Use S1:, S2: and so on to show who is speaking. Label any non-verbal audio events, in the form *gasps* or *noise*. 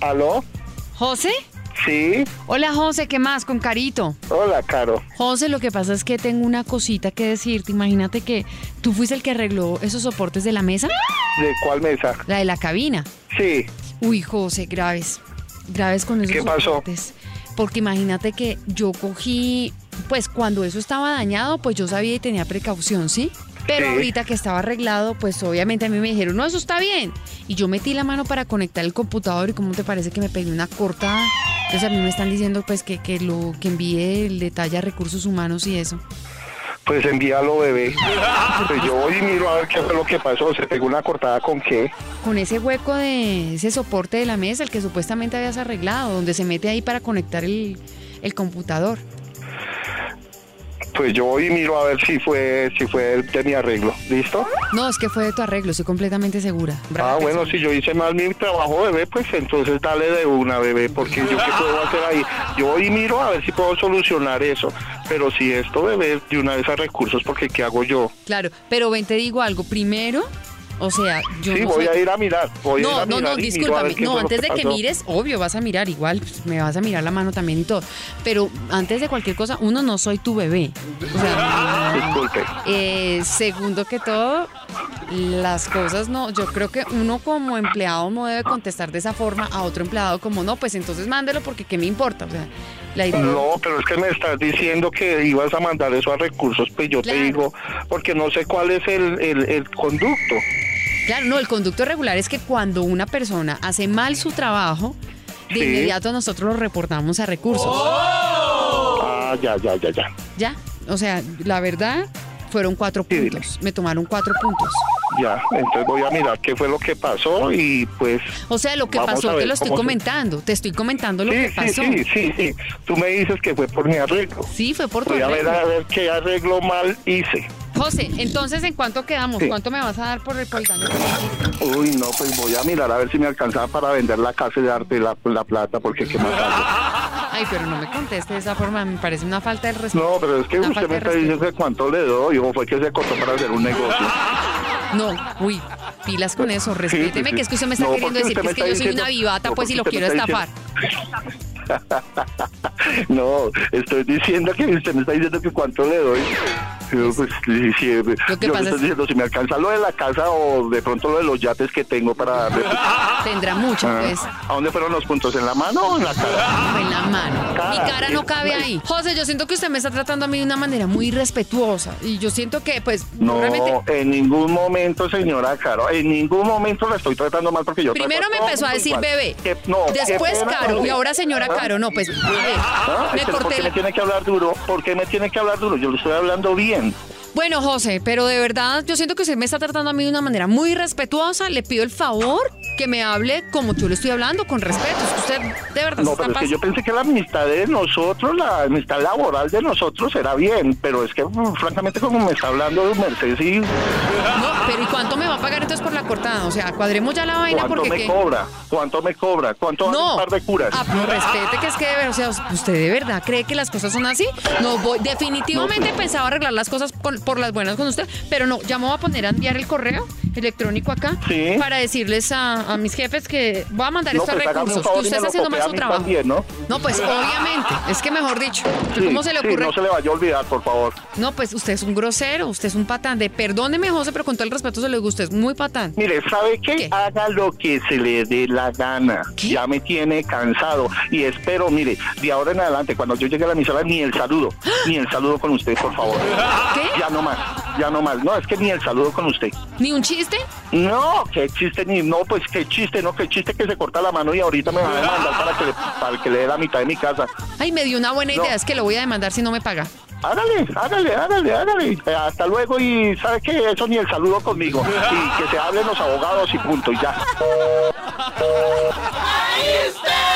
S1: ¿Aló?
S2: ¿José?
S1: Sí.
S2: Hola, José, ¿qué más? Con Carito.
S1: Hola, Caro.
S2: José, lo que pasa es que tengo una cosita que decirte. Imagínate que tú fuiste el que arregló esos soportes de la mesa,
S1: ¿De cuál mesa?
S2: la de la cabina.
S1: Sí.
S2: Uy, José, graves. Graves con esos
S1: ¿Qué pasó?
S2: soportes. Porque imagínate que yo cogí, pues cuando eso estaba dañado, pues yo sabía y tenía precaución, ¿sí? Pero
S1: Sí.
S2: ahorita que estaba arreglado, pues obviamente a mí me dijeron, no, eso está bien. Y yo metí la mano para conectar el computador y cómo te parece que me pegué una cortada. Entonces a mí me están diciendo pues que, que lo que envíe el detalle a recursos humanos y eso.
S1: Pues envíalo, bebé. Pues yo voy y miro a ver qué fue lo que pasó. ¿Se pegó una cortada con qué?
S2: Con ese hueco de ese soporte de la mesa, el que supuestamente habías arreglado, donde se mete ahí para conectar el, el computador.
S1: Pues yo voy y miro a ver si fue, si fue de mi arreglo. ¿Listo?
S2: No, es que fue de tu arreglo, estoy completamente segura. Brava
S1: Ah, bueno,
S2: persona.
S1: si yo hice mal mi trabajo, bebé, pues entonces dale de una, bebé, porque yo qué puedo hacer ahí. Yo voy y miro a ver si puedo solucionar eso. Pero si esto, bebé, de una vez a recursos, porque ¿qué hago yo?
S2: Claro, pero ven, te digo algo. Primero, o sea, yo.
S1: Sí,
S2: no
S1: voy
S2: sé-
S1: a ir a mirar. Voy a ir
S2: No,
S1: a
S2: no, no,
S1: mirar y miro a ver
S2: discúlpame.
S1: qué
S2: No,
S1: fue lo
S2: antes de que
S1: pasó.
S2: mires, obvio, vas a mirar igual, pues, me vas a mirar la mano también y todo. Pero antes de cualquier cosa, uno, no soy tu bebé. O
S1: *laughs*
S2: sea,
S1: Disculpe.
S2: eh, segundo que todo, las cosas no. Yo creo que uno como empleado no debe contestar de esa forma a otro empleado como no, pues entonces mándelo porque qué me importa. O sea, la idea.
S1: No, pero es que me estás diciendo que ibas a mandar eso a recursos, pues yo
S2: Claro.
S1: te digo, porque no sé cuál es el, el, el conducto.
S2: Claro, no, el conducto regular es que cuando una persona hace mal su trabajo, de
S1: Sí. Oh.
S2: inmediato nosotros lo reportamos a recursos.
S1: Ah, ya, ya, ya, ya.
S2: ¿Ya? O sea, la verdad, fueron cuatro
S1: Sí, dime.
S2: puntos. Me tomaron cuatro puntos.
S1: Ya, entonces voy a mirar qué fue lo que pasó y pues...
S2: O sea, lo que
S1: Vamos a
S2: pasó te
S1: ver
S2: lo estoy
S1: cómo se-
S2: comentando. Te estoy comentando lo
S1: Sí,
S2: que
S1: sí,
S2: pasó.
S1: sí, sí, sí. Tú me dices que fue por mi arreglo.
S2: Sí, fue por tu
S1: Voy a ver
S2: arreglo.
S1: a ver qué arreglo mal hice.
S2: José, entonces, ¿en cuánto quedamos?
S1: Sí.
S2: ¿Cuánto me vas a dar por el, por el daño?
S1: Uy, no, pues voy a mirar a ver si me alcanzaba para vender la casa y darte la, la plata, porque qué más hago.
S2: Ay, pero no me conteste de esa forma. Me parece una falta de respeto.
S1: No, pero es que
S2: Una
S1: usted
S2: falta
S1: me
S2: de
S1: está
S2: respeto.
S1: diciendo que cuánto le doy, o fue que se cortó para hacer un negocio.
S2: No, uy, pilas con eso,
S1: Sí, sí,
S2: respéteme,
S1: sí.
S2: que es que usted me está
S1: No,
S2: queriendo
S1: porque
S2: decir
S1: usted
S2: que
S1: me
S2: es que yo
S1: está
S2: soy una
S1: diciendo-
S2: vivata,
S1: no,
S2: pues si
S1: porque
S2: lo
S1: usted me
S2: quiero
S1: está
S2: estafar.
S1: *laughs* No, estoy diciendo que usted me está diciendo que cuánto le doy. Yo, pues, sí, sí, yo
S2: Lo que
S1: le
S2: pasa
S1: estoy
S2: es-
S1: diciendo si me alcanza lo de la casa o de pronto lo de los yates que tengo
S2: *laughs*
S1: para
S2: Pues,
S1: darle.
S2: Tendrá mucho,
S1: Ah,
S2: pues,
S1: ¿A dónde fueron los puntos? ¿En la mano o en la cara?
S2: en la mano.
S1: Cara,
S2: Mi cara no
S1: sí,
S2: cabe
S1: sí.
S2: ahí. José, yo siento que usted me está tratando a mí de una manera muy irrespetuosa. Y yo siento que, pues,
S1: No,
S2: realmente.
S1: en ningún momento, señora Caro, en ningún momento la estoy tratando mal porque yo trato
S2: Primero me
S1: todo
S2: empezó a
S1: mundo
S2: decir
S1: igual.
S2: bebé.
S1: Que- no, qué
S2: Después
S1: pena
S2: Caro.
S1: conmigo.
S2: Y ahora señora
S1: Ah,
S2: Caro. No, pues, a ver,
S1: ah,
S2: me
S1: pero ¿Por
S2: corté
S1: qué me
S2: la.
S1: tiene que hablar duro? ¿Por qué me tiene que hablar duro? Yo le estoy hablando bien.
S2: Bueno, José, pero de verdad, yo siento que usted me está tratando a mí de una manera muy irrespetuosa. Le pido el favor que me hable como yo le estoy hablando, con respeto. Es que Usted, de verdad, se
S1: No, pero es
S2: Pues está
S1: que
S2: pasando.
S1: yo pensé que la amistad de nosotros, la amistad laboral de nosotros era bien, pero es que mm, francamente como me está hablando de Mercedes y
S2: No, pero ¿y cuánto me va a pagar entonces por la cortada? O sea, cuadremos ya la vaina
S1: cuánto
S2: porque
S1: me
S2: ¿qué?
S1: cobra, cuánto me cobra, cuánto vale
S2: No,
S1: un par de curas.
S2: Ah, no, respete que es que, de ver- o sea, usted de verdad cree que las cosas son así. No, voy, definitivamente
S1: No, sí.
S2: pensaba arreglar las cosas con- por las buenas con usted, pero no, ya me voy a poner a enviar el correo electrónico acá
S1: Sí.
S2: para decirles a, a mis jefes que voy a mandar
S1: No,
S2: estos
S1: pues, hágame un
S2: recursos, que
S1: favor y
S2: usted
S1: me
S2: está
S1: lo
S2: haciendo
S1: copia
S2: mal
S1: a
S2: su
S1: mí
S2: trabajo.
S1: también, ¿no?
S2: pues obviamente, es que mejor dicho, ¿cómo se le ocurre?
S1: no se le vaya a olvidar, por favor.
S2: No, pues usted es un grosero, usted es un patán. De, perdóneme, José, pero con todo el respeto se lo digo, usted es muy patán.
S1: Mire, ¿sabe qué?
S2: ¿Qué?
S1: Haga lo que se le dé la gana.
S2: ¿Qué?
S1: Ya me tiene cansado y espero, mire, de ahora en adelante, cuando yo llegue a la emisora, ni el
S2: *gasps*
S1: saludo, ni el saludo con usted, por favor.
S2: ¿Qué?
S1: Ya no más, ya no más. No, es que ni el saludo con usted.
S2: ¿Ni un chiste?
S1: No, qué chiste, ni, no, pues qué chiste, no, qué chiste que se corta la mano y ahorita me van a demandar para que le, para que le dé la mitad de mi casa.
S2: Ay, me dio una buena
S1: No.
S2: idea, es que lo voy a demandar si no me paga.
S1: Hágale, hágale, hágale, hágale. Eh, Hasta luego y ¿sabe qué? Eso ni el saludo conmigo. Y que se hablen los abogados y punto, y ya.
S3: ¡Ahí está!